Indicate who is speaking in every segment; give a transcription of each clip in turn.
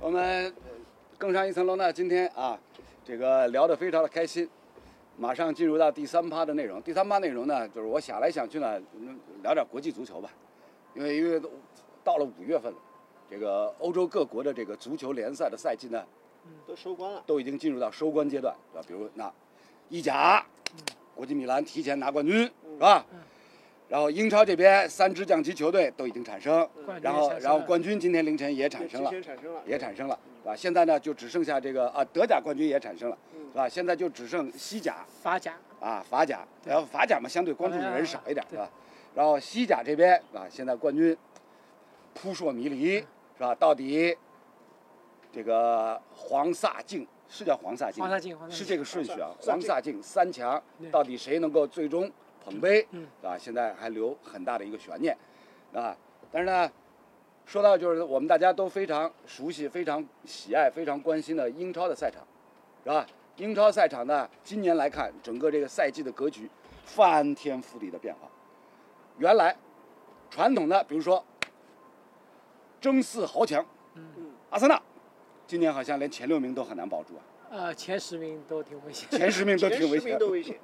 Speaker 1: 我们更上一层楼呢，今天啊，这个聊得非常的开心，马上进入到第三趴的内容。第三趴内容呢，就是我想来想去呢，嗯聊点国际足球吧，因为因为都到了五月份了，这个欧洲各国的这个足球联赛的赛季呢，
Speaker 2: 都收官了。
Speaker 1: 都已经进入到收官阶段，对吧？比如那意甲，国际米兰提前拿冠军，是吧？然后英超这边三支降级球队都已经产生，
Speaker 3: 冠军
Speaker 1: 然后
Speaker 3: 啊也产生
Speaker 1: 然后
Speaker 3: 了
Speaker 1: 冠军今天凌晨也产
Speaker 2: 对
Speaker 1: 生了
Speaker 2: 提，前产生了，
Speaker 1: 也产生了，是吧？现在呢就只剩下这个啊德甲冠军也产生了，
Speaker 2: 嗯
Speaker 1: 是吧？现在就只剩西甲
Speaker 3: 法甲
Speaker 1: 啊法甲，
Speaker 3: 对
Speaker 1: 然后法甲嘛相对关注的人少一点，是吧？然后西甲这边啊现在冠军扑朔迷
Speaker 3: 嗯
Speaker 1: 离，是吧？到底这个黄萨镜是叫黄萨镜
Speaker 3: 黄
Speaker 1: 吗？
Speaker 3: 萨进，黄萨
Speaker 1: 是
Speaker 3: 进
Speaker 1: 这个顺序啊，
Speaker 2: 算
Speaker 1: 黄萨进三强
Speaker 3: 对
Speaker 1: 到底谁能够最终捧杯
Speaker 3: 嗯，
Speaker 1: 啊？现在还留很大的一个悬念，啊，但是呢，说到就是我们大家都非常熟悉、非常喜爱、非常关心的英超的赛场，是吧？英超赛场呢，今年来看，整个这个赛季的格局翻天覆地的变化。原来传统的，比如说争四豪强，
Speaker 2: 嗯，
Speaker 1: 阿森纳，今年好像连前六名都很难保住啊，
Speaker 3: 呃前十名都挺危险的。
Speaker 1: 前十名都
Speaker 2: 前
Speaker 1: 挺危
Speaker 2: 十
Speaker 1: 险
Speaker 2: 名
Speaker 1: 的
Speaker 2: 都。危险。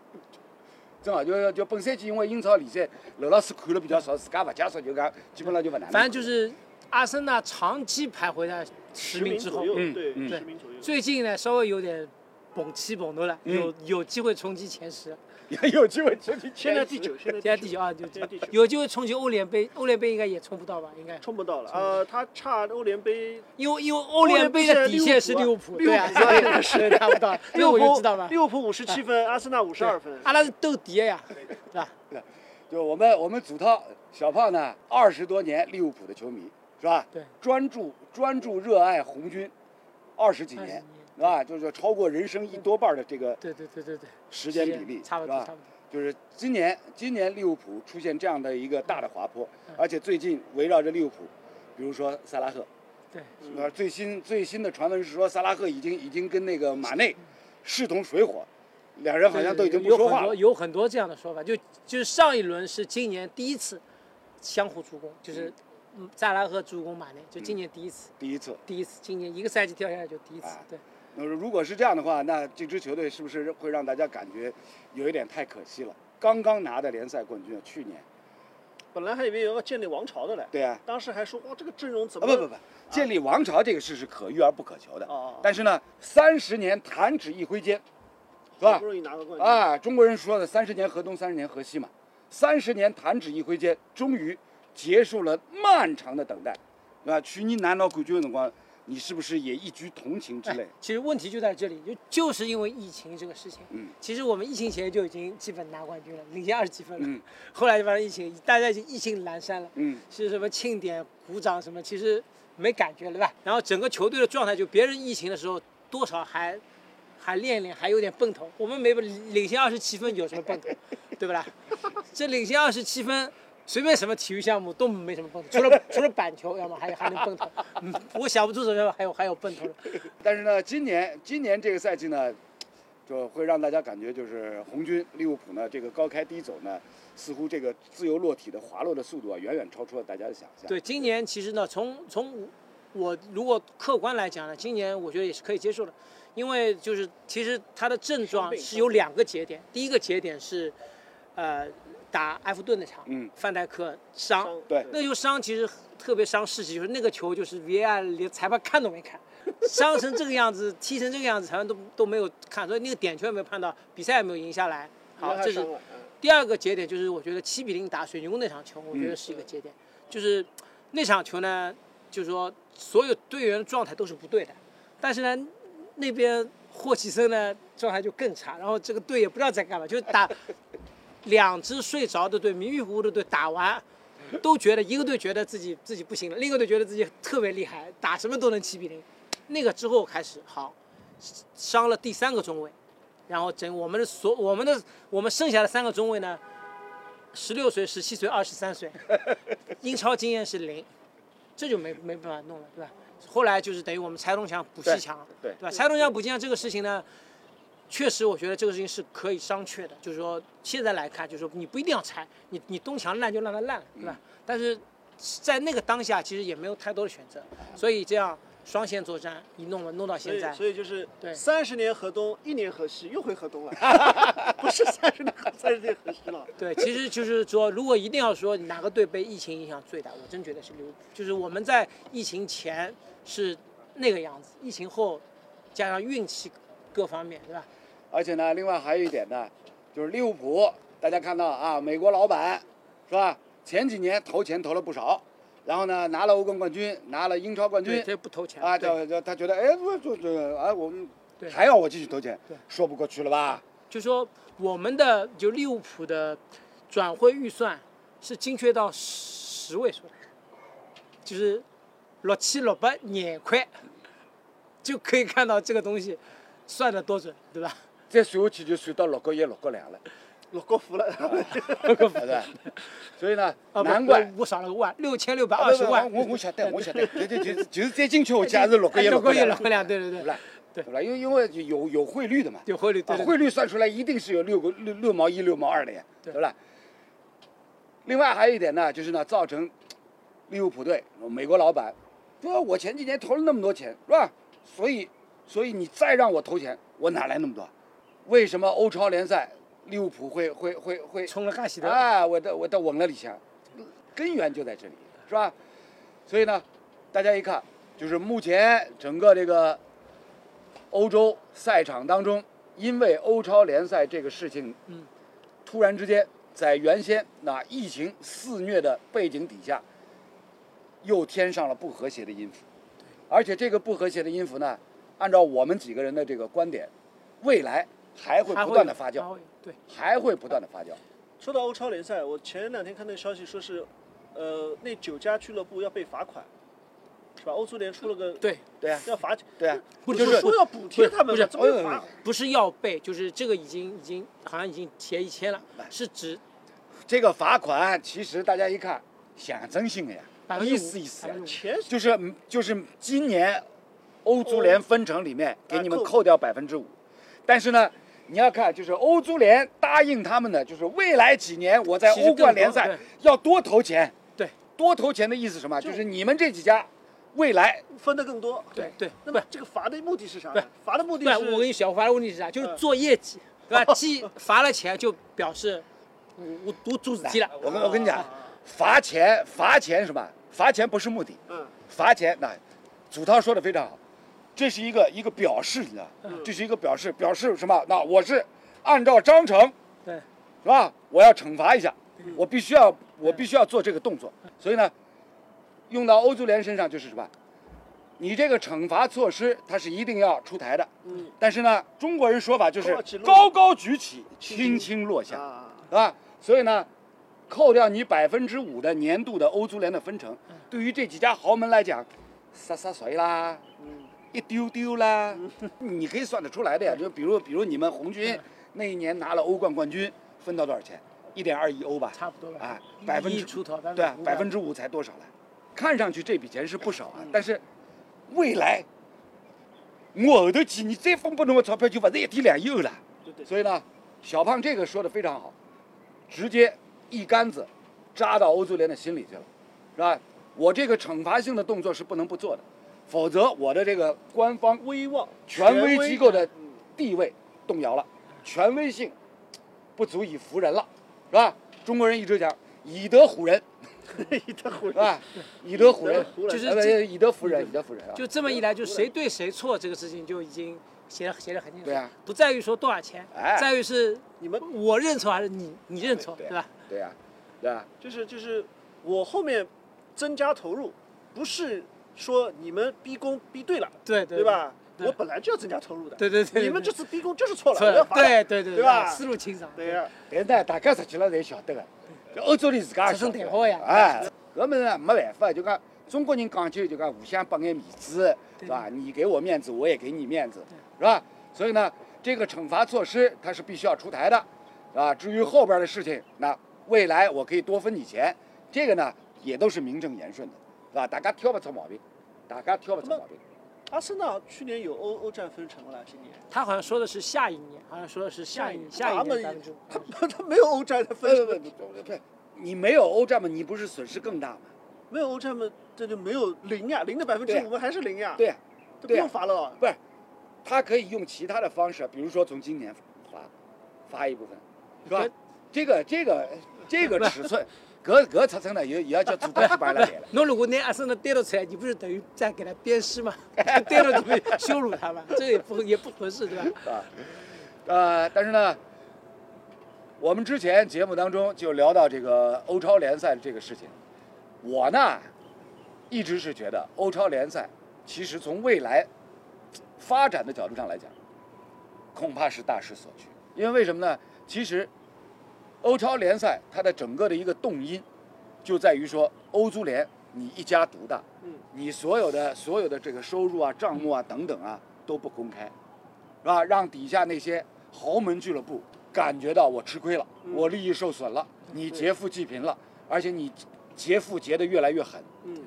Speaker 1: 正好就就本赛季因为英超联赛，刘老师看了比较少，自家勿解说就讲，基本上就勿难。
Speaker 3: 反正就是阿森纳长期徘徊在十名之
Speaker 2: 左
Speaker 3: 后，
Speaker 2: 右，
Speaker 1: 嗯
Speaker 2: 对，
Speaker 1: 嗯
Speaker 2: 十名左右。
Speaker 3: 最近呢稍微有点蹦起蹦头了，
Speaker 1: 嗯
Speaker 3: 有有机会冲击前十。
Speaker 1: 也 有机会冲击
Speaker 2: 现在
Speaker 1: 前十。
Speaker 2: 第九，现在
Speaker 3: 现在第九啊，就
Speaker 2: 现在第九
Speaker 3: 有机会冲击欧联杯，欧联杯应该也冲不到吧？应该，
Speaker 2: 冲不到了。呃，他差欧联杯，
Speaker 3: 因为因为欧联杯的底线是利物浦，
Speaker 2: 利物浦
Speaker 3: 对啊，
Speaker 2: 利物浦现在
Speaker 3: 是达不到，
Speaker 2: 利
Speaker 3: 这
Speaker 2: 物
Speaker 3: 哎我就
Speaker 2: 浦
Speaker 3: 知道吧哎
Speaker 2: 利。物浦五十七分，阿森纳五十二分。
Speaker 3: 阿拉是斗敌呀，对吧？
Speaker 1: 就我们我们祖涛小胖呢，二十多年利物浦的球迷是吧？
Speaker 3: 对，
Speaker 1: 专注专注热爱红军，二十几年
Speaker 3: 20年
Speaker 1: 是吧？就是超过人生一多半的这个
Speaker 3: 对对对对对，
Speaker 1: 时间比例，
Speaker 3: 差不多
Speaker 1: 是
Speaker 3: 差
Speaker 1: 吧
Speaker 3: 不？多。
Speaker 1: 就是今年今年利物浦出现这样的一个大的滑坡，
Speaker 3: 嗯
Speaker 1: 而且最近围绕着利物浦，比如说萨拉赫，
Speaker 3: 对，
Speaker 1: 呃，最新最新的传闻是说，萨拉赫已经已经跟那个马内势同水火，两人好像都已经不说
Speaker 3: 有很
Speaker 1: 话
Speaker 3: 多
Speaker 1: 了。
Speaker 3: 有很多这样的说法，就就是上一轮是今年第一次相互助攻，就是嗯扎拉赫助攻马内，就
Speaker 1: 嗯
Speaker 3: 今年第一次，
Speaker 1: 第一次，
Speaker 3: 第一次，今年一个赛季掉下来就第一次
Speaker 1: 哎，
Speaker 3: 对，
Speaker 1: 那么如果是这样的话，那这支球队是不是会让大家感觉有一点太可惜了？刚刚拿的联赛冠军，啊去年，
Speaker 2: 本来还以为要建立王朝的嘞，
Speaker 1: 对啊，
Speaker 2: 当时还说哇，这个阵容怎
Speaker 1: 啊
Speaker 2: 么
Speaker 1: 不不不，建立王朝这个事是可遇而不可求的。
Speaker 2: 哦哦
Speaker 1: 但是呢，三十年弹指一挥间，是吧
Speaker 2: 好不？容易拿个冠军，
Speaker 1: 啊，中国人说的三十年河东，三十年河西嘛，三十年弹指一挥间，终于结束了漫长的等待，对吧？去年拿到冠军的辰光，你是不是也一举同情之类？
Speaker 3: 哎其实问题就在这里，就就是因为疫情这个事情，
Speaker 1: 嗯，
Speaker 3: 其实我们疫情前就已经基本拿冠军了，领先二十几分了，
Speaker 1: 嗯
Speaker 3: 后来就发生疫情，大家已经意兴阑珊了，
Speaker 1: 嗯，
Speaker 3: 是什么庆典、鼓掌什么，其实没感觉了吧？然后整个球队的状态，就别人疫情的时候多少还还练练，还有点奔头，我们没奔领先二十七分有什么奔头，对不啦？这领先二十七分。随便什么体育项目都没什么奔头，除了除了板球，要么还还能奔头，嗯我想不出什么还有还有奔头了。
Speaker 1: 但是呢，今年今年这个赛季呢，就会让大家感觉就是红军利物浦呢这个高开低走呢，似乎这个自由落体的滑落的速度啊，远远超出了大家的想象。
Speaker 3: 对，今年其实呢，从从我如果客观来讲呢，今年我觉得也是可以接受的，因为就是其实它的症
Speaker 2: 伤
Speaker 3: 状
Speaker 2: 病
Speaker 3: 是有两个节点，第一个节点是，呃，打埃弗顿那场，
Speaker 1: 嗯
Speaker 3: 范戴克伤，
Speaker 2: 伤
Speaker 1: 对
Speaker 3: 那球伤其实特别伤士气，就是那个球就是 VAR 连裁判看都没看， 伤成这个样子，踢成这个样子，裁判都都没有看，所以那个点球也没有判到，比赛也没有赢下来。好，
Speaker 2: 他
Speaker 3: 这是
Speaker 2: 伤了嗯
Speaker 3: 第二个节点就是我觉得七比零打水晶宫那场球，我觉得是一个节点，就是那场球呢，就是说所有队员的状态都是不对的，但是呢，那边霍奇森呢状态就更差，然后这个队也不知道在干嘛，就是打两支睡着的队、迷迷糊糊的队打完。都觉得一个队觉得自己自己不行了，另一个队觉得自己特别厉害，打什么都能七比零。那个之后开始好，伤了第三个中卫，然后整我们的所我们的我们剩下的三个中卫呢，十六岁、十七岁、二十三岁，英超经验是零，这就没没办法弄了，对吧？后来就是等于我们拆东墙补西墙，
Speaker 1: 对对
Speaker 3: 吧？拆东墙补西墙这个事情呢，确实我觉得这个事情是可以商榷的，就是说现在来看，就是说你不一定要拆，你你东墙烂就
Speaker 2: 嗯
Speaker 3: 让它烂，对吧？但是在那个当下，其实也没有太多的选择，所以这样双线作战一弄了弄到
Speaker 2: 所
Speaker 3: 现
Speaker 2: 以
Speaker 3: 在，
Speaker 2: 所以就是
Speaker 3: 对
Speaker 2: 三十年河东，一年河西，又回河东了， 不是三十年河三十年河西了。
Speaker 3: 对，其实就是说，如果一定要说哪个队被疫情影响最大，我真觉得是利物浦。就是我们在疫情前是那个样子，疫情后加上运气各方面，对吧？
Speaker 1: 而且呢，另外还有一点呢，就是利物浦，大家看到啊，美国老板是吧？前几年投钱投了不少，然后呢，拿了欧冠冠军，拿了英超冠军
Speaker 3: 对，，这不投钱
Speaker 1: 啊，
Speaker 3: 对，
Speaker 1: 就就他觉得，哎，我就就哎，我们
Speaker 3: 对
Speaker 1: 还要我继续投钱
Speaker 3: 对，
Speaker 1: 说不过去了吧？
Speaker 3: 就说我们的就利物浦的转会预算是精确到十位数的，就是六七六八廿块，就可以看到这个东西算的多准，对吧？
Speaker 1: 再算下去就算到六角一、六角两了，
Speaker 2: 我国服 了，
Speaker 1: 对吧？所以呢，
Speaker 3: 啊，不
Speaker 1: 难怪。
Speaker 3: 我我少了个万，六千六百
Speaker 1: 啊
Speaker 3: 二十万。
Speaker 1: 不不我我晓得，我晓 得，对对，就是就是再进去，我记还是六角一、
Speaker 3: 六
Speaker 1: 角
Speaker 3: 个月
Speaker 1: 两
Speaker 3: 六，个两，对对
Speaker 1: 对
Speaker 3: 对，
Speaker 1: 吧？对吧？因为因为有有汇率的嘛，
Speaker 3: 有汇率，对
Speaker 1: 啊，
Speaker 3: 对
Speaker 1: 汇率算出来一定是有六个六六毛一、六毛二的呀，对
Speaker 3: 对
Speaker 1: 不啦？另外还有一点呢，就是呢，造成利物浦队美国老板说，我前几年投了那么多钱，是吧？所以，所以你再让我投钱，我哪来那么多？为什么欧超联赛利物浦会会会会
Speaker 3: 对冲了干洗的，
Speaker 1: 啊，我的我的稳了里向，根源就在这里，是吧？所以呢，大家一看，就是目前整个这个欧洲赛场当中，因为欧超联赛这个事情，
Speaker 3: 嗯，
Speaker 1: 突然之间在原先那疫情肆虐的背景底下，又添上了不和谐的因素，而且这个不和谐的因素呢，按照我们几个人的这个观点，未来还会
Speaker 3: 还
Speaker 1: 不
Speaker 3: 会
Speaker 1: 断的发
Speaker 3: 还
Speaker 1: 酵，
Speaker 3: 会对，
Speaker 1: 还会不断的发酵。
Speaker 2: 说到欧超联赛，我前两天看那个消息说是，呃，那九家俱乐部要被罚款，是吧？欧足联出了个
Speaker 3: 对
Speaker 1: 对啊，
Speaker 2: 要罚，
Speaker 1: 对啊，
Speaker 3: 不
Speaker 1: 就是
Speaker 3: 不
Speaker 2: 说要补贴他
Speaker 3: 不
Speaker 2: 们
Speaker 3: 是哎
Speaker 2: 嘛，怎么
Speaker 1: 不
Speaker 2: 又
Speaker 1: 是
Speaker 2: 罚？
Speaker 3: 不是要背，就是这个已经已经好像已经提前一签了，是指
Speaker 1: 这个罚款其实大家一看，象征性的呀
Speaker 3: 百，分之
Speaker 1: 意
Speaker 3: 五
Speaker 1: 思意思呀，啊
Speaker 3: 5%
Speaker 2: 钱
Speaker 1: 就是就是今年欧足联分成里面给你们
Speaker 2: 啊扣
Speaker 1: 扣掉百分之五，但是呢。你要看，就是欧足联答应他们的，就是未来几年我在
Speaker 3: 其实
Speaker 1: 欧冠
Speaker 3: 更多
Speaker 1: 联赛
Speaker 3: 对
Speaker 1: 要多投钱。
Speaker 3: 对，
Speaker 1: 多投钱的意思是什么？就是你们这几家，未来
Speaker 2: 分的更多。
Speaker 3: 对对，
Speaker 2: 那
Speaker 3: 不
Speaker 2: 么
Speaker 3: 是
Speaker 2: 这个罚的目的是啥
Speaker 3: 不
Speaker 2: 呢
Speaker 3: 是？
Speaker 2: 罚的目
Speaker 3: 不
Speaker 2: 的
Speaker 3: 是，
Speaker 2: 是
Speaker 3: 我跟你讲，我罚的问题是啥？就是做业绩，对吧？既罚了钱，就表示我我我做事体了，
Speaker 1: 我跟我跟你讲
Speaker 2: 啊，
Speaker 1: 罚钱罚钱什么？罚钱不是目的，
Speaker 2: 嗯，
Speaker 1: 罚钱那，祖涛说的非常好，这是一个一个表示，你知道，
Speaker 2: 嗯
Speaker 1: 这是一个表示，表示什么？那我是按照章程
Speaker 3: 对
Speaker 1: 是吧？我要惩罚一下，
Speaker 2: 嗯
Speaker 1: 我必须要我必须要做这个动作。所以呢，用到欧足联身上就是什么？你这个惩罚措施它是一定要出台的，
Speaker 2: 嗯
Speaker 1: 但是呢，中国人说法就是
Speaker 2: 高举落
Speaker 1: 高高举起，轻
Speaker 2: 轻
Speaker 1: 轻落下。
Speaker 2: 啊，
Speaker 1: 啊，所以呢，扣掉你百分之五的年度的欧足联的分成，对于这几家豪门来讲，洒洒水啦，
Speaker 2: 嗯，
Speaker 1: 一丢丢啦，你可以算得出来的
Speaker 3: 嗯
Speaker 1: 呀。就比如比如你们红军那一年拿了欧冠冠军，分到多少钱？一点二亿欧吧，
Speaker 3: 差不多吧
Speaker 1: 啊，百分
Speaker 3: 一
Speaker 1: 之
Speaker 3: 亿出头，
Speaker 1: 对啊，百分
Speaker 3: 之
Speaker 1: 之五才多少了？看上去这笔钱是不少
Speaker 3: 嗯
Speaker 1: 啊，但是未来我后头几年再分拨侬的钞票就不是一点两亿欧了。
Speaker 2: 对对，
Speaker 1: 所以呢，小胖这个说的非常好，直接一竿子扎到欧足联的心里去了，是吧？我这个惩罚性的动作是不能不做的，否则我的这个官方
Speaker 2: 威望
Speaker 1: 权威机 构的
Speaker 2: 嗯
Speaker 1: 地位动摇了，权威性不足以服人了，是吧？中国人一直讲以德服人，
Speaker 2: 以德服
Speaker 1: 是
Speaker 2: 人，
Speaker 1: 吧？以德服人，
Speaker 2: 就是
Speaker 1: 哎不是以德服人，以德服人啊！
Speaker 3: 就这么一来，就谁对谁错这个事情就已经写的写的很清楚，
Speaker 1: 对啊
Speaker 3: 不在于说多少钱，
Speaker 1: 哎
Speaker 3: 在于是
Speaker 2: 你们
Speaker 3: 我认错还是你你认错，对吧？
Speaker 1: 啊对呀，对呀，
Speaker 2: 就是就是我后面增加投入，不是说你们逼宫逼对了，
Speaker 3: 对对
Speaker 2: 对？吧？
Speaker 3: 对
Speaker 2: 我本来就要增加投入的，
Speaker 3: 对对对对对
Speaker 2: 你们这次逼宫就是错了，
Speaker 3: 错
Speaker 2: 我要罚
Speaker 3: 对对对
Speaker 2: 对吧
Speaker 3: 思路清爽，啊
Speaker 2: 对呀，
Speaker 1: 但是呢，大家实际上侪晓得个，就欧洲人自家也晓
Speaker 3: 出生
Speaker 1: 得
Speaker 3: 谈
Speaker 1: 的
Speaker 3: 好呀
Speaker 1: 哎，搿物事呢没办法，就讲中国人讲究就讲互相拨眼面子，是吧？你给我面子，我也给你面子，是吧？所以呢，这个惩罚措施它是必须要出台的，啊，至于后边的事情，那未来我可以多分你钱，这个呢也都是名正言顺的，是吧？大家挑不出毛病，大家挑不出毛病。
Speaker 2: 阿森纳去年有欧欧战分成了，今年
Speaker 3: 他好像说的是下一年，好像说的是下一年下一
Speaker 2: 他
Speaker 3: 年
Speaker 2: 们
Speaker 3: 百分之五，
Speaker 2: 他他没有欧战的分
Speaker 1: 不
Speaker 2: 成，
Speaker 1: 不不不不，你没有欧战嘛，你不是损失更大吗？
Speaker 2: 没有欧战嘛，这就没有零呀，零的百分之
Speaker 1: 对呀
Speaker 2: 五还是零呀，
Speaker 1: 对呀，
Speaker 2: 这不
Speaker 1: 对呀
Speaker 2: 用罚了啊。
Speaker 1: 不是，他可以用其他的方式，比如说从今年发发一部分，是吧
Speaker 3: 对？
Speaker 1: 这个这个这个尺寸，隔隔层层的也也要叫做八十八来来了。
Speaker 3: 侬如果拿阿森纳逮到出来，你不是等于在给他鞭尸吗？ 逮到你不是羞辱他吗？这也不也不合适，对吧？
Speaker 1: 啊，呃，但是呢，我们之前节目当中就聊到这个欧超联赛的这个事情，我呢一直是觉得欧超联赛其实从未来发展的角度上来讲，恐怕是大势所趋，因为为什么呢？其实欧超联赛它的整个的一个动因就在于说欧足联你一家独大。
Speaker 2: 嗯，
Speaker 1: 你所有的所有的这个收入啊、账目啊等等啊都不公开，是吧？让底下那些豪门俱乐部感觉到我吃亏了，
Speaker 2: 嗯
Speaker 1: 我利益受损了，你劫富济贫了，而且你劫富劫得越来越狠，
Speaker 2: 嗯，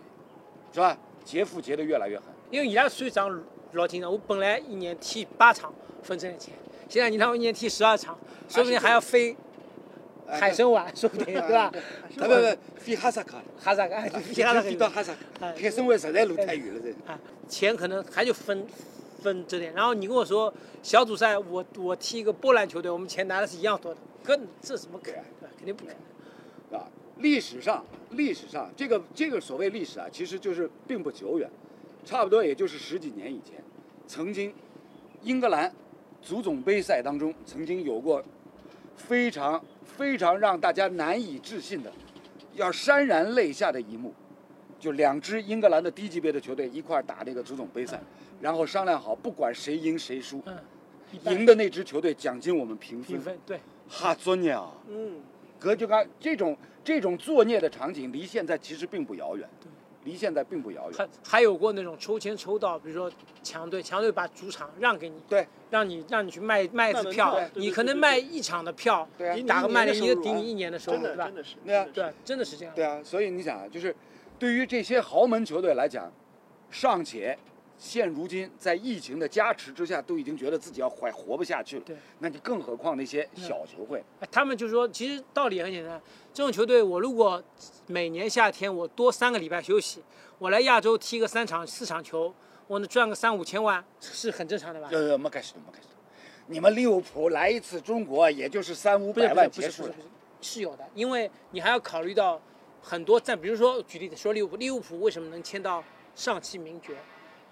Speaker 1: 是吧？劫富劫得越来越狠，
Speaker 3: 因为伊拉算账老紧的，我本来一年踢八场分成的钱，现在你让我一年踢十二场，说不定还要飞
Speaker 1: 哎
Speaker 3: 海参崴，说不定对吧？
Speaker 1: 不不，飞啊哈萨克，
Speaker 3: 哈萨克，哎比哈萨克
Speaker 1: 哈萨克
Speaker 3: 哎
Speaker 1: 海参崴实在路太远了，这。
Speaker 3: 啊，钱可能还就分分这点。然后你跟我说小组赛我，我踢一个波兰球队，我们钱拿的是一样多的，跟这怎么可能？对吧？肯定不可能。
Speaker 1: 啊，历史上，历史上这个这个所谓历史啊，其实就是并不久远，差不多也就是十几年以前，曾经英格兰足总杯赛当中曾经有过非常非常让大家难以置信的，要潸然泪下的一幕，就两支英格兰的低级别的球队一块儿打这个足总杯赛，然后商量好不管谁赢谁输，
Speaker 3: 嗯，一般
Speaker 1: 赢的那支球队奖金我们平
Speaker 3: 评
Speaker 1: 分。
Speaker 3: 分对，
Speaker 1: 哈尊呀！
Speaker 2: 嗯，
Speaker 1: 格局刚这种这种作孽的场景，离现在其实并不遥远，离现在并不遥远。
Speaker 3: 还还有过那种抽签抽到，比如说强队，强队把主场让给你，
Speaker 1: 对，
Speaker 3: 让你让你去卖卖
Speaker 2: 卖
Speaker 3: 一次
Speaker 2: 门
Speaker 3: 票
Speaker 2: 票对，对
Speaker 3: 你
Speaker 2: 对
Speaker 3: 可能
Speaker 2: 对
Speaker 3: 卖一场的票，
Speaker 1: 对啊
Speaker 3: 你打个曼联，一
Speaker 2: 一
Speaker 3: 个
Speaker 2: 年的收入啊
Speaker 3: 顶你一年的收入，
Speaker 2: 真
Speaker 3: 对
Speaker 2: 的
Speaker 3: 吧
Speaker 2: 真？的是，
Speaker 1: 对啊
Speaker 2: 真的
Speaker 3: 对，真的是这样。
Speaker 1: 对啊，所以你想啊，就是对于这些豪门球队来讲，尚且现如今在疫情的加持之下，都已经觉得自己要快活不下去了
Speaker 3: 对，
Speaker 1: 那就更何况那些小球会。
Speaker 3: 哎他们就说，其实道理很简单，这种球队我如果每年夏天我多三个礼拜休息，我来亚洲踢个三场四场球，我能赚个三五千万是很正常的吧？
Speaker 1: 呃，没开始，没开始。你们利物浦来一次中国，也就是三五
Speaker 3: 不是
Speaker 1: 百万
Speaker 3: 不
Speaker 1: 结
Speaker 3: 是
Speaker 1: 束
Speaker 3: 不是
Speaker 1: 了
Speaker 3: 不。是，是有的，因为你还要考虑到很多战，比如说举例子说利物浦，利物浦为什么能签到上汽名爵，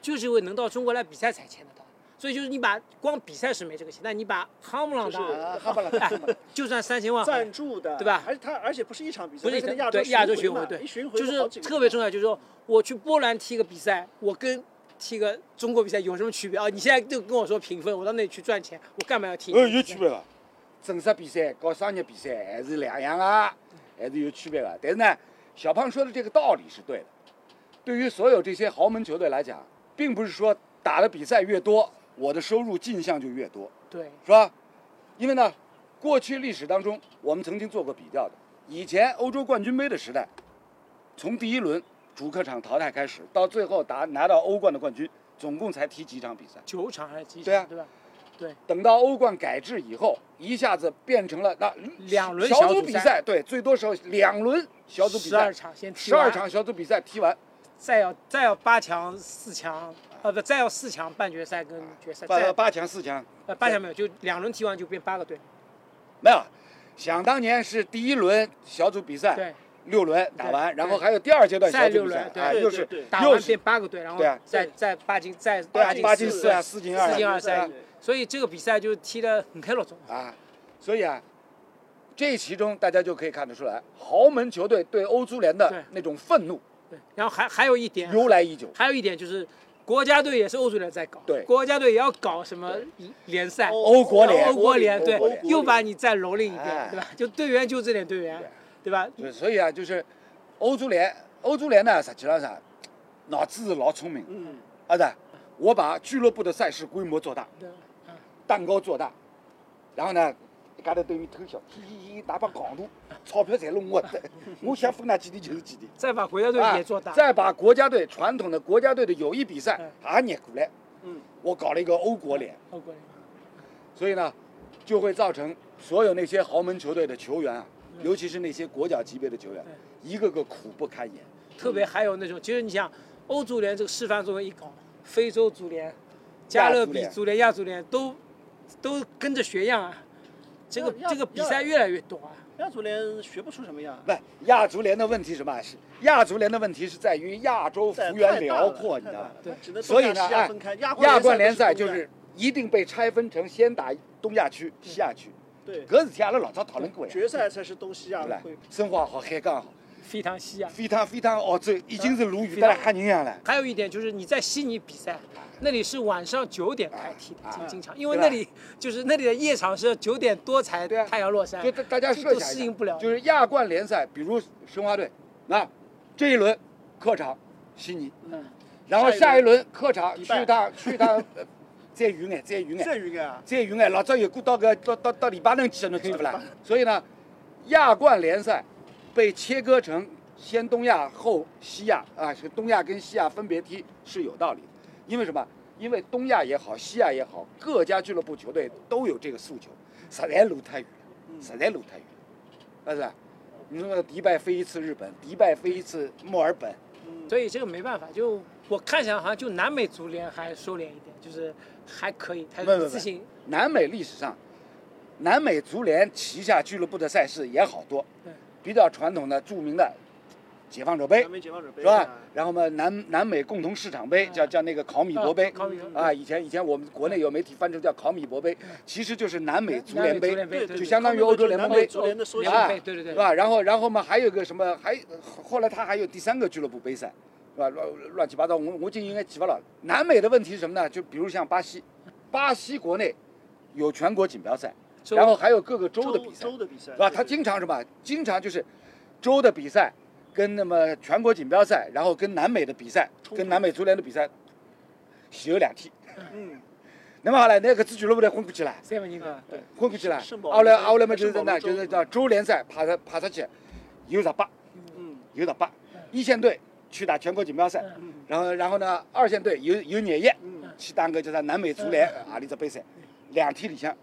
Speaker 3: 就是因为能到中国来比赛才签得到。所以就是你把光比赛是没这个钱，但你把哈姆朗达，
Speaker 2: 就是
Speaker 1: 啊，哈巴拉，
Speaker 3: 哎
Speaker 1: 哈巴拉，
Speaker 3: 就算三千万好了，
Speaker 2: 赞助的，
Speaker 3: 啊对吧
Speaker 2: 而且他而且不是一场比赛，
Speaker 3: 不是
Speaker 2: 它
Speaker 3: 一
Speaker 2: 是
Speaker 3: 场
Speaker 2: 个亚洲
Speaker 3: 对亚洲巡
Speaker 2: 巡
Speaker 3: 回
Speaker 2: 嘛
Speaker 3: 队
Speaker 2: 一巡，回
Speaker 3: 就是
Speaker 2: 好几个
Speaker 3: 特别重要，就是说我去波兰踢个比赛，我跟踢个中国比赛有什么区别啊？你现在就跟我说评分，我到那里去赚钱，我干嘛要踢？
Speaker 1: 呃，有区别了。正式比赛和商业比赛还是两样啊，还是有区别的。但是呢，小胖说的这个道理是对的。对于所有这些豪门球队来讲，并不是说打的比赛越多，我的收入进项就越多，
Speaker 3: 对，
Speaker 1: 是吧？因为呢，过去历史当中，我们曾经做过比较的。以前欧洲冠军杯的时代，从第一轮主客场淘汰开始，到最后打拿到欧冠的冠军，总共才踢几场比赛。
Speaker 3: 九场还是几场？
Speaker 1: 对啊
Speaker 3: 对吧？对，
Speaker 1: 等到欧冠改制以后，一下子变成了那
Speaker 3: 两轮
Speaker 1: 小
Speaker 3: 小组
Speaker 1: 比
Speaker 3: 赛
Speaker 1: 赛，对，最多时候两轮小组比
Speaker 3: 十二
Speaker 1: 赛，
Speaker 3: 场先踢
Speaker 1: 十二
Speaker 3: 完，
Speaker 1: 场小组比赛踢完，
Speaker 3: 再要再要八强、四强，呃不，再要四强半决赛跟决赛，
Speaker 1: 八
Speaker 3: 再
Speaker 1: 八强四强
Speaker 3: 呃八强没有，就两轮踢完就变八个队。
Speaker 1: 没有。想当年是第一轮小组比赛
Speaker 3: 对，
Speaker 1: 六轮打完，
Speaker 3: 对
Speaker 1: 然后还有第二阶段
Speaker 3: 再
Speaker 1: 小组比
Speaker 3: 六
Speaker 1: 赛
Speaker 3: 轮，对
Speaker 1: 哎，
Speaker 2: 对
Speaker 1: 又
Speaker 2: 对
Speaker 1: 是
Speaker 2: 对
Speaker 3: 打
Speaker 1: 又
Speaker 3: 完
Speaker 1: 是
Speaker 3: 变八个队，然后
Speaker 1: 对啊
Speaker 3: 再
Speaker 2: 对
Speaker 3: 再八进再
Speaker 1: 对啊
Speaker 3: 八进
Speaker 1: 八进
Speaker 3: 四
Speaker 1: 四啊，四进二啊，
Speaker 3: 四进二
Speaker 1: 对啊
Speaker 3: 赛，所以这个比赛就踢得很开朗总。
Speaker 1: 啊，所以啊，这其中大家就可以看得出来，豪门球队对欧足联
Speaker 3: 对
Speaker 1: 的那种愤怒
Speaker 3: 对，然后还还有一点，
Speaker 1: 由来已久。
Speaker 3: 还有一点就是，国家队也是欧足联在搞，
Speaker 1: 对
Speaker 3: 国家队也要搞什么联赛，
Speaker 2: 欧
Speaker 1: 欧国联
Speaker 3: 欧国联，
Speaker 1: 欧
Speaker 3: 对
Speaker 1: 国，联
Speaker 3: 又把你再蹂躏一遍
Speaker 1: 哎，
Speaker 3: 对吧？就队员就这点队员，对吧？
Speaker 1: 所以所以啊，就是欧足联，欧足联呢，实际上啥，脑子老聪明，
Speaker 2: 嗯，
Speaker 1: 啊的，我把俱乐部的赛事规模做大，
Speaker 3: 对吧
Speaker 1: 蛋糕做大，然后呢，一家头等于偷笑，嘻嘻，哪怕戆大，钞票侪弄我的， 我想分哪几点就是几点。
Speaker 3: 再把国家队
Speaker 1: 啊
Speaker 3: 也做大，
Speaker 1: 再把国家队传统的国家队的友谊比赛也捏过来，
Speaker 2: 嗯，
Speaker 1: 我搞了一个欧国联，
Speaker 3: 欧国联。
Speaker 1: 所以呢，就会造成所有那些
Speaker 3: 嗯
Speaker 1: 豪门球队的球员啊，尤其是那些国脚级别的球员，一个个苦不堪言。
Speaker 3: 特别还有那种，其实你想，欧足联这个示范作用一搞，非洲足联、加
Speaker 1: 亚
Speaker 3: 勒
Speaker 1: 足
Speaker 3: 比
Speaker 1: 联
Speaker 3: 足联、亚足联都都跟着学样啊，这个
Speaker 2: 要
Speaker 3: 这个
Speaker 2: 要
Speaker 3: 比赛越来越多啊。
Speaker 2: 亚足联学不出什么样。
Speaker 1: 不，亚足联的问题是什么？是亚足联的问题是在于亚洲幅
Speaker 2: 太
Speaker 1: 员
Speaker 2: 太大了
Speaker 1: 辽阔，你
Speaker 2: 太
Speaker 1: 知道
Speaker 2: 大
Speaker 1: 吧
Speaker 2: 了？它只能
Speaker 1: 所以
Speaker 2: 东
Speaker 1: 呢，
Speaker 2: 亚西亚
Speaker 1: 按
Speaker 2: 分开，亚
Speaker 1: 亚
Speaker 2: 冠
Speaker 1: 冠联赛就
Speaker 2: 都
Speaker 1: 是一定被拆分成先打东亚区、西亚区。
Speaker 2: 对
Speaker 1: 搿事体阿拉老早讨论过呀，
Speaker 2: 决赛才是东西亚
Speaker 1: 对
Speaker 2: 的
Speaker 1: 伐
Speaker 2: 会。？
Speaker 1: 申花好，海港好，
Speaker 3: 非常稀啊。
Speaker 1: 非常非常澳洲已经是鲈鱼
Speaker 3: 非
Speaker 1: 带
Speaker 3: 常
Speaker 1: 来吓人一样了。
Speaker 3: 还有一点就是你在悉尼比赛，那里是晚上九点开踢的，经经常，因为
Speaker 1: 啊对吧
Speaker 3: 那里就是那里的夜场是九点多才
Speaker 1: 对啊
Speaker 3: 太阳落山
Speaker 1: 就，大大家
Speaker 3: 这
Speaker 1: 设
Speaker 3: 都
Speaker 1: 想一
Speaker 3: 适
Speaker 1: 下
Speaker 3: 应不了
Speaker 1: 就是亚冠联赛，比如申花队，那这一轮客场悉尼，
Speaker 2: 嗯，
Speaker 1: 然后
Speaker 2: 下
Speaker 1: 下
Speaker 2: 一
Speaker 1: 一轮客场
Speaker 2: 迪
Speaker 1: 去
Speaker 2: 拜
Speaker 1: 一趟去一趟，呃再远眼，再远眼，
Speaker 2: 这应该啊，
Speaker 1: 再远眼，老早有过到个到到到黎巴嫩去的，侬记不啦？所以呢，亚冠联赛被切割成先东亚后西亚啊，是东亚跟西亚分别踢是有道理的，因为什么？因为东亚也好，西亚也好，各家俱乐部球队都有这个诉求，实在路太远了，实在路太远了，是不是？你说迪拜飞一次日本，迪拜飞一次墨尔本，
Speaker 2: 嗯
Speaker 3: 所以这个没办法。就我看起来好像就南美足联还收敛一点，就是还可以，它
Speaker 1: 不不不
Speaker 3: 自信
Speaker 1: 南美历史上，南美足联旗下俱乐部的赛事也好多
Speaker 3: 对，
Speaker 1: 比较传统的著名的解放者杯
Speaker 2: 南美解放啊者
Speaker 1: 哎
Speaker 2: 杯
Speaker 1: 是
Speaker 3: 啊
Speaker 1: 吧？？然后嘛，南南美共同市场杯叫叫那个考米博杯
Speaker 3: 考米博
Speaker 1: 啊，以前以前我们国内有媒体翻成叫考米博杯，其实就是南美足
Speaker 3: 南美
Speaker 1: 联
Speaker 3: 足
Speaker 1: 杯，
Speaker 3: 联杯对对
Speaker 1: 就
Speaker 3: 对
Speaker 1: 相当于欧洲联盟杯
Speaker 2: 足联的缩
Speaker 3: 联
Speaker 2: 小
Speaker 1: 啊
Speaker 3: 盟杯，对对
Speaker 1: 是
Speaker 3: 对，
Speaker 1: 吧？然后然后嘛，还有个什么，还后来他还有第三个俱乐部杯赛，是吧？乱乱七八糟，我我就应该记不了。南美的问题是什么呢？就比如像巴西，巴西国内有全国锦标赛，
Speaker 3: 周
Speaker 1: 然后还有各个州的比赛，
Speaker 2: 州的比赛
Speaker 1: 是吧？他
Speaker 2: 对
Speaker 1: 经常什么？经常就是州的比赛跟那么全国锦标赛，然后跟南美的比赛，
Speaker 2: 冲突
Speaker 1: 跟南美足联的比赛，前后两天。
Speaker 2: 嗯，
Speaker 1: 那么好了，那搿支俱乐部来混过去了。
Speaker 3: 塞文尼克，
Speaker 2: 对，
Speaker 1: 混过去了
Speaker 2: 圣。保罗
Speaker 1: 后来后来嘛，就是
Speaker 2: 圣保
Speaker 1: 那，
Speaker 2: 罗
Speaker 1: 就是
Speaker 2: 州
Speaker 1: 到州联赛爬出爬出去，有十八，
Speaker 2: 嗯
Speaker 1: 有十八，一线队去打全国锦标赛，
Speaker 2: 嗯
Speaker 1: 然后然后呢，二线队有有廿一
Speaker 2: 嗯，
Speaker 1: 去打个叫啥南美足联啊里只杯赛，两天里向，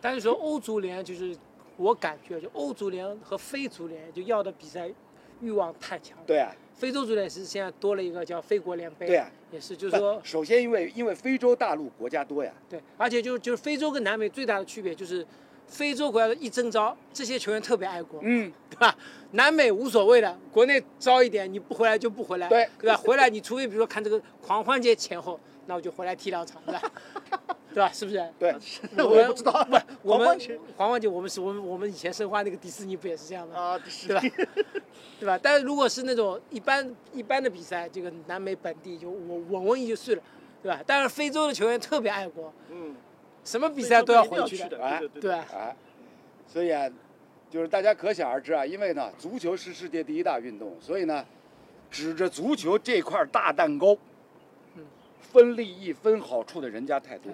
Speaker 3: 但是说欧足联就是我感觉就欧足联和非足联就要的比赛欲望太强了。
Speaker 1: 对啊，
Speaker 3: 非洲足联是现在多了一个叫非国联杯，
Speaker 1: 对啊，
Speaker 3: 也是就是说
Speaker 1: 不首先因为因为非洲大陆国家多呀，
Speaker 3: 对，而且就就是非洲跟南美最大的区别就是，非洲国家一征召，这些球员特别爱国，
Speaker 1: 嗯，
Speaker 3: 对吧？南美无所谓的，国内招一点，你不回来就不回来，
Speaker 1: 对
Speaker 3: 吧？回来你除非比如说看这个狂欢节前后，那我就回来踢两场，对吧？ 对吧？是不是？
Speaker 2: 啊
Speaker 1: 对，
Speaker 2: 我也不知道，不，
Speaker 3: 我
Speaker 2: 黄
Speaker 3: 们
Speaker 2: 冠群
Speaker 3: 狂欢节，我们是我们我们以前申花那个迪士尼不也是这样吗？
Speaker 2: 啊，是
Speaker 3: 对吧？对吧？但是如果是那种一般一般的比赛，这个南美本地就我稳稳也就算了，对吧？但是非洲的球员特别爱国，
Speaker 2: 嗯，
Speaker 3: 什么比赛都要回
Speaker 2: 一定
Speaker 3: 去
Speaker 2: 去
Speaker 3: 的，
Speaker 1: 哎
Speaker 2: 对对对，
Speaker 3: 对吧？
Speaker 1: 啊，所以啊，就是大家可想而知啊，因为呢，足球是世界第一大运动，所以呢，指着足球这块大蛋糕，分利益、分好处的人家嗯太多，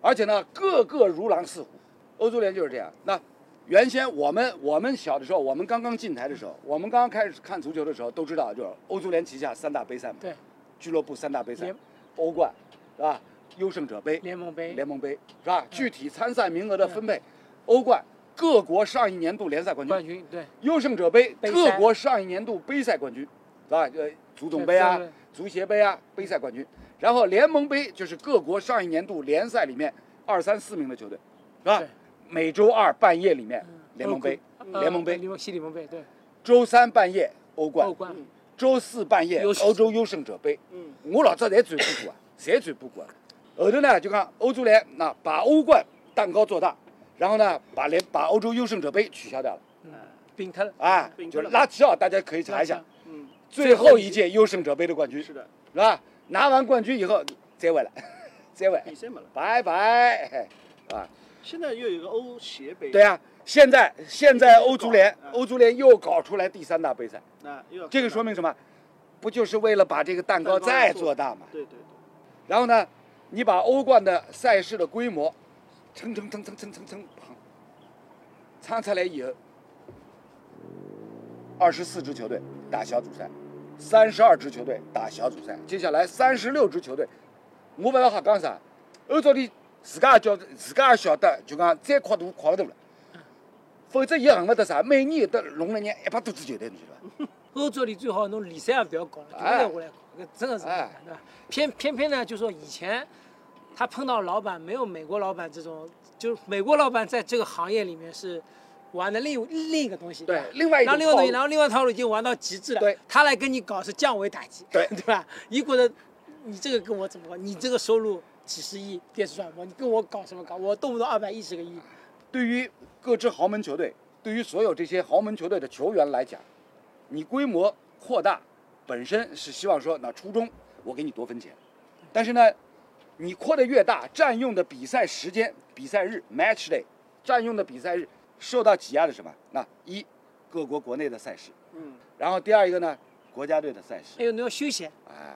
Speaker 1: 而且呢，个个如狼似虎。欧足联就是这样。那原先我们我们小的时候，我们刚刚进台的时候，我们刚刚开始看足球的时候，都知道就是欧足联旗下三大杯赛嘛，
Speaker 3: 对，
Speaker 1: 俱乐部三大杯赛
Speaker 3: 联，
Speaker 1: 欧冠是吧？优胜者杯、
Speaker 3: 联盟杯，
Speaker 1: 联盟杯是吧？具体参赛名额的分配，欧冠各国上一年度联赛冠
Speaker 3: 冠
Speaker 1: 军，
Speaker 3: 军，对，
Speaker 1: 优胜者杯
Speaker 3: 杯
Speaker 1: 各
Speaker 3: 赛
Speaker 1: 国上一年度杯赛冠军，是吧？呃，足总杯啊
Speaker 3: 对对对，
Speaker 1: 足协杯啊，杯赛冠军。然后联盟杯就是各国上一年度联赛里面二三四名的球队，是吧
Speaker 3: 对？
Speaker 1: 每周二半夜里面联盟杯，
Speaker 3: 欧冠
Speaker 1: 联盟杯
Speaker 3: 呃，西联盟杯，对，
Speaker 1: 周三半夜欧冠
Speaker 3: 欧，冠，
Speaker 1: 周四半夜
Speaker 3: 优胜
Speaker 1: 欧洲优胜者杯。
Speaker 2: 嗯，
Speaker 1: 我老早侪转播过啊，侪转播过啊。后头呢，就讲欧足联那把欧冠蛋糕做大，然后呢，把联把欧洲优胜者杯取消掉了
Speaker 3: 并特了，
Speaker 1: 啊，
Speaker 2: 并
Speaker 1: 就是
Speaker 2: 吞了
Speaker 1: 拉齐奥，大家可以查一
Speaker 3: 拉
Speaker 1: 下
Speaker 3: 齐，
Speaker 2: 嗯，
Speaker 1: 最后一届优胜者杯的冠军
Speaker 2: 是的，
Speaker 1: 是吧？拿完冠军以后再 回来，再回来
Speaker 2: 比，赛没了。
Speaker 1: 拜拜，啊，
Speaker 2: 现在又有一个欧协杯，
Speaker 1: 对，啊，现在现在欧足联
Speaker 2: 嗯
Speaker 1: 欧足联又搞出来第三大杯赛，
Speaker 2: 那又要
Speaker 1: 这个说明什么？不就是为了把这个蛋糕再做大吗？
Speaker 2: 对对
Speaker 1: 然后呢，你把欧冠的赛事的规模，蹭蹭蹭蹭蹭蹭蹭，唱出来以后，二十四支球队打小组赛，三十二支球队打小组赛，接下来三十六支球队，我不晓得瞎讲啥，按照你自家也叫自家也晓得，就讲再扩大扩不大了，否则伊恨不得啥，每年有得弄了人一百多支球队，你晓得吧？
Speaker 3: 欧洲里最好弄联赛也不要搞了，就
Speaker 1: 哎
Speaker 3: 外国来搞，搿真的是很难
Speaker 1: 哎
Speaker 3: 对吧？偏偏偏呢，就说以前他碰到老板没有美国老板这种，就是美国老板在这个行业里面是玩的另另一个东西，吧
Speaker 1: 对，另外一
Speaker 3: 然后
Speaker 1: 种
Speaker 3: 另外东西，
Speaker 1: 套
Speaker 3: 然后另外套路已经玩到极致了。
Speaker 1: 对，
Speaker 3: 他来跟你搞是降维打击，
Speaker 1: 对
Speaker 3: 对吧？一觉得你这个跟我怎么搞？你这个收入几十亿电视转播，你跟我搞什么搞？我动不动二百一十个亿。
Speaker 1: 对于各支豪门球队，对于所有这些豪门球队的球员来讲，你规模扩大本身是希望说，那初中我给你多分钱，但是呢，你扩得越大，占用的比赛时间、比赛日 （match day） 占用的比赛日受到挤压的是什么？那一，各国国内的赛事，
Speaker 2: 嗯，
Speaker 1: 然后第二一个呢，国家队的赛
Speaker 3: 还
Speaker 1: 事，
Speaker 3: 有那种休闲，
Speaker 1: 哎，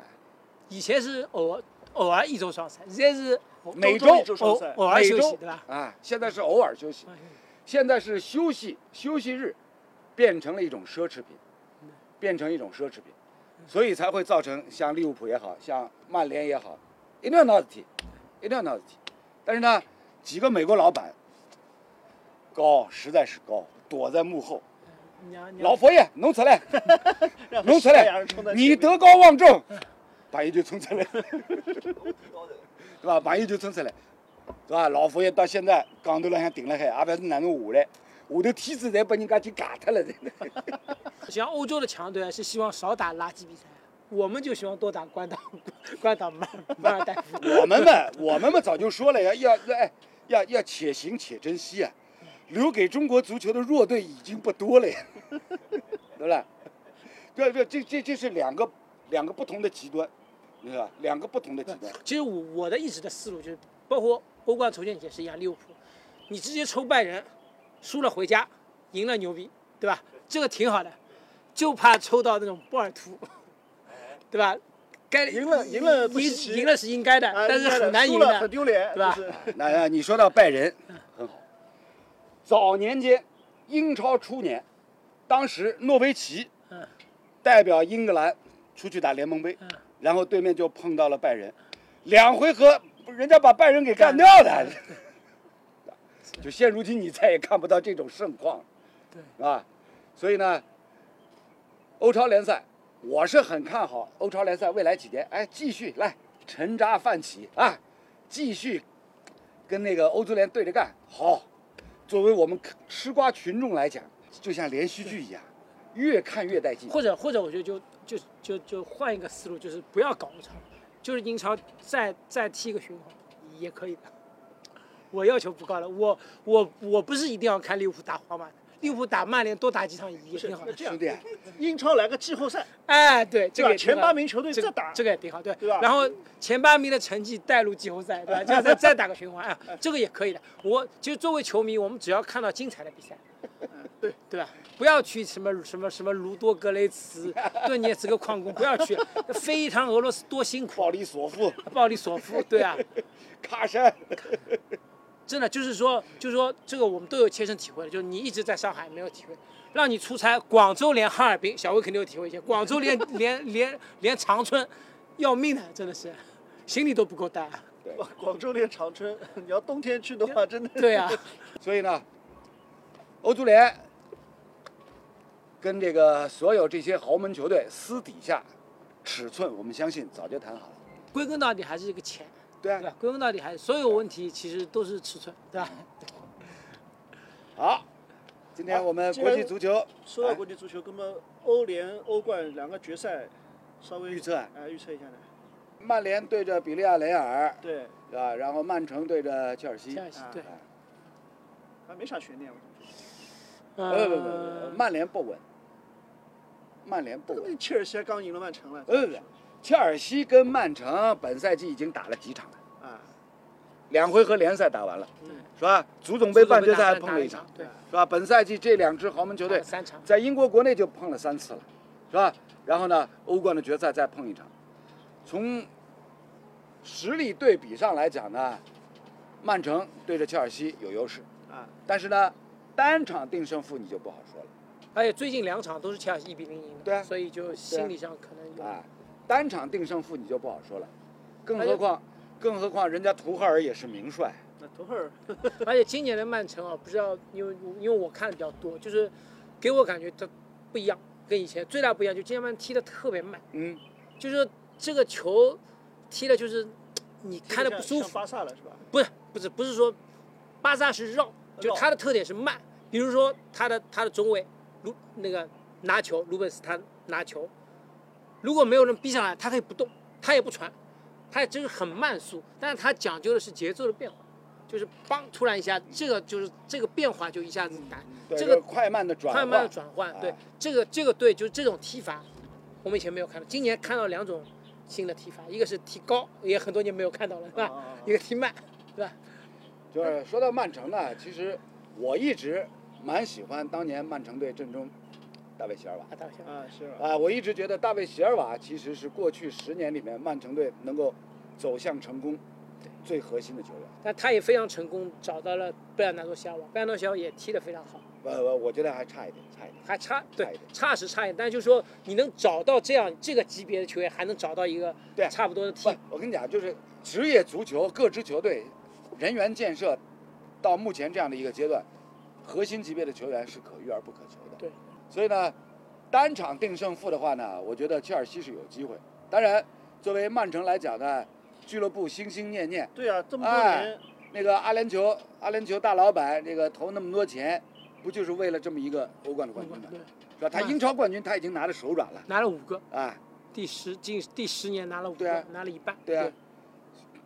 Speaker 3: 以前是偶尔偶尔一周双赛，现在是偶
Speaker 1: 每
Speaker 2: 周一
Speaker 1: 周
Speaker 2: 周双
Speaker 3: 偶
Speaker 2: 赛
Speaker 3: 偶尔
Speaker 1: 每
Speaker 3: 休息，
Speaker 1: 周
Speaker 3: 对吧？嗯
Speaker 1: 啊，现在是偶尔休息，现在是休息休息日，变成了一种奢侈品，
Speaker 3: 嗯
Speaker 1: 变成一种奢侈品，所以才会造成像利物浦也好像曼联也好，一定要闹得体，一定要闹得体。但是呢，几个美国老板高实在是高，躲在幕后。
Speaker 3: 你要你要
Speaker 1: 老佛爷，弄 出来，
Speaker 2: 让
Speaker 1: 弄出
Speaker 2: 西班牙
Speaker 1: 来
Speaker 2: 人冲在，前
Speaker 1: 你
Speaker 2: 面
Speaker 1: 德高望重，把一就冲出来，对吧？把一就冲出来，对吧？老佛爷到现在岗头浪向顶了海，也不晓得哪能下来，下头梯子侪被人家去夹脱了，真的。
Speaker 3: 像欧洲的强队啊是希望少打垃圾比赛，我们就希望多打关岛关岛 马尔马尔代夫。
Speaker 1: 我们嘛，我们嘛早就说了呀，要要哎，要要且行且珍惜啊！留给中国足球的弱队已经不多了呀， 对吧？对对，这这这是两个两个不同的极端，对吧？两个不同的极端。
Speaker 3: 其实我我的一直的思路就是，包括欧冠筹建也是一样，利物浦，你直接抽拜仁，输了回家，赢了牛逼，对吧？这个挺好的，就怕抽到那种波尔图，对吧？该
Speaker 2: 赢了赢了不稀奇
Speaker 3: 赢赢了是应该的，
Speaker 2: 啊
Speaker 3: 但是
Speaker 2: 应该的
Speaker 3: 很难
Speaker 2: 输
Speaker 3: 赢
Speaker 2: 了很
Speaker 3: 的。
Speaker 2: 丢脸，
Speaker 3: 对吧
Speaker 2: 就是
Speaker 1: 那那你说到拜仁，很好。早年间，英超初年，当时诺维奇
Speaker 3: 嗯
Speaker 1: 代表英格兰出去打联盟杯
Speaker 3: 嗯，
Speaker 1: 然后对面就碰到了拜仁，两回合人家把拜仁给干掉的。 就现如今，你再也看不到这种盛况了，对啊，所以呢，欧超联赛，我是很看好欧超联赛未来几年，哎，继续来沉渣泛起啊，继续跟那个欧足联对着干。好，作为我们吃瓜群众来讲，就像连续剧一样，越看越带劲。
Speaker 3: 或者或者我觉得就就就就换一个思路，就是不要搞欧超，就是英超再再踢一个循环也可以的。我要求不高了，我我我不是一定要看利物浦打皇马的，利物浦打曼联多打几场也 挺好
Speaker 2: 那
Speaker 3: 的。
Speaker 2: 这样
Speaker 1: 兄弟，啊
Speaker 2: 英超来个季后赛，
Speaker 3: 哎，对，这
Speaker 2: 对
Speaker 3: 个
Speaker 2: 吧？
Speaker 3: 也挺
Speaker 2: 前
Speaker 3: 好
Speaker 2: 八名球 队
Speaker 3: 这
Speaker 2: 再
Speaker 3: 个
Speaker 2: 打，
Speaker 3: 这个也挺好，对
Speaker 2: 对吧
Speaker 3: 然后前八名的成绩带入季后赛，对吧？这样 再再打个循环，啊，
Speaker 2: 哎
Speaker 3: 这个也可以的。我其实作为球迷，我们只要看到精彩的比赛，
Speaker 2: 对
Speaker 3: 对吧？不要去什么什么什么卢多格 雷茨、顿涅茨克矿工，不要去飞一趟俄罗斯多辛苦，啊
Speaker 1: 鲍里索夫、
Speaker 3: 鲍里索夫，对啊，
Speaker 1: 卡山，
Speaker 3: 真的就是说，就是说这个我们都有切身体会的，就是你一直在上海没有体会，让你出差广州连哈尔滨，小魏肯定有体会一些，广州连连连连长春，要命的真的是，行李都不够带。啊
Speaker 2: 哇广州连长春， 你要冬天去的话，真的
Speaker 3: 对啊，
Speaker 1: 所以呢，欧足联跟这个所有这些豪门球队私底下尺寸，我们相信早就谈好了。
Speaker 3: 归根到底还是这个钱，
Speaker 1: 对
Speaker 3: 对
Speaker 1: 啊
Speaker 3: 吧，？归根到底还是所有问题其实都是尺寸，对吧？
Speaker 1: 好，今天我们
Speaker 2: 啊这个
Speaker 1: 国际足球
Speaker 2: 说到国际足球，那么欧联、欧冠两个决赛，稍微
Speaker 1: 预测啊
Speaker 2: 啊，预测一下呢？
Speaker 1: 曼联对着比利亚雷亚尔，
Speaker 2: 对，
Speaker 1: 对吧？然后曼城对着切尔西
Speaker 3: 切，尔西
Speaker 2: 啊
Speaker 3: 对，
Speaker 2: 还没啥悬念，我觉得
Speaker 1: 不不不不不，
Speaker 3: 呃，
Speaker 1: 曼联不稳，曼联不
Speaker 2: 这
Speaker 1: 稳
Speaker 2: 个。切尔西还刚赢了曼城了，
Speaker 1: 呃，不切尔西跟曼城本赛季已经打了几场了，
Speaker 2: 啊，
Speaker 1: 两回合联赛打完了，
Speaker 3: 对
Speaker 1: 是吧？足嗯总杯半决赛还碰
Speaker 3: 打
Speaker 1: 了一
Speaker 3: 一
Speaker 1: 场，
Speaker 3: 对，
Speaker 2: 啊
Speaker 1: 是吧？本赛季这两支豪门球
Speaker 3: 打
Speaker 1: 队
Speaker 3: 了三场，
Speaker 1: 在英国国内就碰了三次了，是吧？然后呢，欧冠的决赛再碰一场。从实力对比上来讲呢，曼城对着切尔西有优势，
Speaker 2: 啊，
Speaker 1: 但是呢，单场定胜负你就不好说了。
Speaker 3: 而且最近两场都是切尔西一比零赢的，
Speaker 1: 对啊
Speaker 3: 所以就心理上可能有。
Speaker 1: 啊，单场定胜负你就不好说了，更何况，更何况人家图赫尔也是名帅，
Speaker 2: 那等会儿
Speaker 3: 而且今年的曼城啊，不知道因为因为我看的比较多，就是给我感觉它不一样，跟以前最大不一样，就今天曼踢的特别慢，
Speaker 1: 嗯，
Speaker 3: 就是这个球踢的就是你看的不舒
Speaker 2: 像
Speaker 3: 服，
Speaker 2: 巴萨了是吧？
Speaker 3: 不是不是不是说巴萨是绕，就
Speaker 2: 绕
Speaker 3: 他的特点是慢，比如说他的他的中卫卢那个拿球，鲁本斯他拿球，如果没有人逼上来，他可以不动，他也不传，他也就是很慢速，但是他讲究的是节奏的变化。就是邦突然一下，这个就是这个变化就一下子
Speaker 2: 嗯
Speaker 3: 难，
Speaker 1: 对
Speaker 3: 这
Speaker 1: 就
Speaker 3: 个
Speaker 1: 是快慢的转
Speaker 3: 快
Speaker 1: 换，
Speaker 3: 慢的转换，对
Speaker 1: 哎
Speaker 3: 这个这个对，就是这种踢法，我们以前没有看到，今年看到两种新的踢法，一个是踢高，也很多年没有看到了，是吧？
Speaker 2: 啊
Speaker 3: 一个踢慢，对吧？
Speaker 1: 就是说到曼城呢，其实我一直蛮喜欢当年曼城队阵中大卫席尔瓦。
Speaker 3: 啊，大卫先生
Speaker 2: 啊是吧？
Speaker 1: 啊，我一直觉得大卫席尔瓦其实是过去十年里面曼城队能够走向成功最核心的球员。
Speaker 3: 但他也非常成功，找到了贝尔纳多·肖瓦，贝尔纳多·肖瓦也踢得非常好，
Speaker 1: 呃，我觉得还差一点，差一点。
Speaker 3: 还差
Speaker 1: 差一
Speaker 3: 对
Speaker 1: 点
Speaker 3: 差是差一点，但是就是说你能找到这样这个级别的球员，还能找到一个
Speaker 1: 对
Speaker 3: 差不多的踢
Speaker 1: 不，我跟你讲，就是职业足球各支球队人员建设到目前这样的一个阶段，核心级别的球员是可遇而不可求的。
Speaker 3: 对，
Speaker 1: 所以呢，单场定胜负的话呢，我觉得切尔西是有机会。当然，作为曼城来讲呢，俱乐部心心念念
Speaker 2: 对啊，这么多
Speaker 3: 哎
Speaker 2: 年
Speaker 1: 那个阿联酋，阿联酋大老板这个投那么多钱，不就是为了这么一个欧冠的冠军吗？
Speaker 3: 对
Speaker 1: 是吧？他
Speaker 3: 那
Speaker 1: 英超冠军他已经拿着手软了
Speaker 3: 拿了五个，
Speaker 1: 啊，
Speaker 3: 第十进第十年拿了五
Speaker 1: 对
Speaker 3: 个
Speaker 1: 啊，
Speaker 3: 拿了一半，
Speaker 1: 对啊，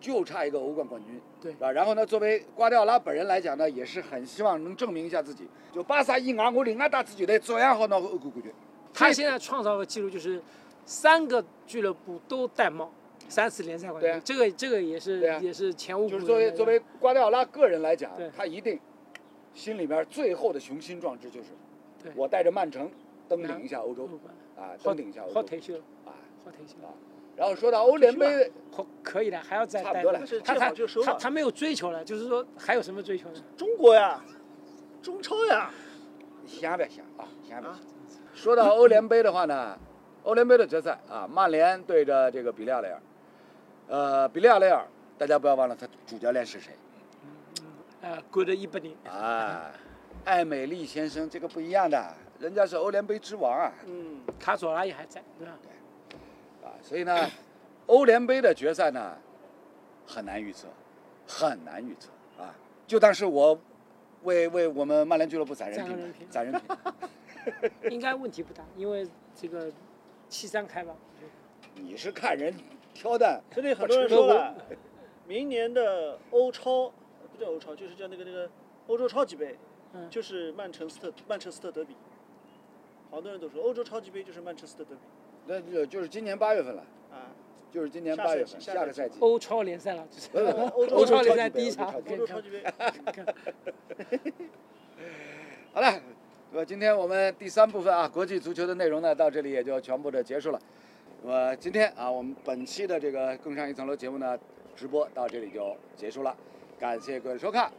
Speaker 1: 就差一个欧冠冠军，
Speaker 3: 对
Speaker 1: 是吧？然后呢，作为瓜迪奥拉本人来讲呢，也是很希望能证明一下自己。就巴萨以外，我另外打支球队照样好拿欧冠冠军。
Speaker 3: 他现在创造的记录就是三个俱乐部都戴帽，三次联赛冠
Speaker 1: 对啊
Speaker 3: 军，这个这个也是
Speaker 1: 对啊
Speaker 3: 也是前无古
Speaker 1: 就是
Speaker 3: 人
Speaker 1: 作为
Speaker 3: 的
Speaker 1: 作为瓜迪奥拉个人来讲
Speaker 3: 对，
Speaker 1: 他一定心里面最后的雄心壮志就是
Speaker 3: 对，
Speaker 1: 我带着曼城登顶一下欧洲
Speaker 3: 欧冠
Speaker 1: 啊，
Speaker 3: 好
Speaker 1: 登顶一下欧
Speaker 3: 好
Speaker 1: 洲
Speaker 3: 退休了，
Speaker 1: 啊。
Speaker 3: 好退休了。
Speaker 1: 然后说到欧联杯。
Speaker 3: 可可以的，还要再
Speaker 1: 差不
Speaker 3: 待
Speaker 1: 多了
Speaker 2: 但是
Speaker 3: 他
Speaker 2: 见
Speaker 3: 他
Speaker 2: 好就收
Speaker 3: 他
Speaker 2: 了。
Speaker 3: 他没有追求了，就是说还有什么追求呢？
Speaker 2: 中国呀，中超呀，
Speaker 1: 想别想啊，想别想
Speaker 2: 啊。
Speaker 1: 说到欧联杯的话呢，欧联杯的决赛啊，曼联对着这个比利亚雷尔，呃，比利亚雷尔，大家不要忘了他主教练是谁
Speaker 3: 呃，good evening，
Speaker 1: 啊？艾美丽先生，这个不一样的，人家是欧联杯之王啊
Speaker 2: 嗯，
Speaker 3: 卡佐拉也还在，对吧？
Speaker 1: 啊！所以呢，欧联杯的决赛呢，很难预测，很难预测啊！就当是我为为我们曼联俱乐部攒人
Speaker 3: 攒个
Speaker 1: 品
Speaker 3: 人
Speaker 1: 吧
Speaker 3: 品，
Speaker 1: 攒人品。
Speaker 3: 应该问题不大，因为这个七三开吧，
Speaker 1: 你是看人挑担，
Speaker 2: 这里很多人说了，明年的欧超不叫欧超，就是叫那个那个欧洲超级杯，
Speaker 3: 嗯
Speaker 2: 就是曼彻斯特曼彻斯特德比。好多人都说欧洲超级杯就是曼彻斯特德比
Speaker 1: 那就就是今年八月份了。
Speaker 2: 啊，
Speaker 1: 就是今年
Speaker 2: 下
Speaker 1: 八
Speaker 2: 赛
Speaker 1: 月
Speaker 2: 季
Speaker 1: 份，
Speaker 2: 下
Speaker 1: 下
Speaker 2: 赛
Speaker 1: 个
Speaker 2: 季
Speaker 1: 赛季。
Speaker 3: 欧超联赛了，就是
Speaker 1: 不是不是
Speaker 2: 欧
Speaker 1: 欧
Speaker 3: 超
Speaker 1: 超
Speaker 3: 联
Speaker 1: 级
Speaker 3: 赛
Speaker 1: 杯
Speaker 3: 第一
Speaker 1: 欧洲超
Speaker 3: 场
Speaker 1: 级
Speaker 2: 欧
Speaker 1: 杯
Speaker 2: 洲超级杯。
Speaker 1: 好了，那么今天我们第三部分啊，国际足球的内容呢，到这里也就全部的结束了。那么今天啊，我们本期的这个更上一层楼节目呢，直播到这里就结束了，感谢各位收看，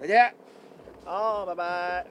Speaker 1: 再见。
Speaker 2: 好，拜拜。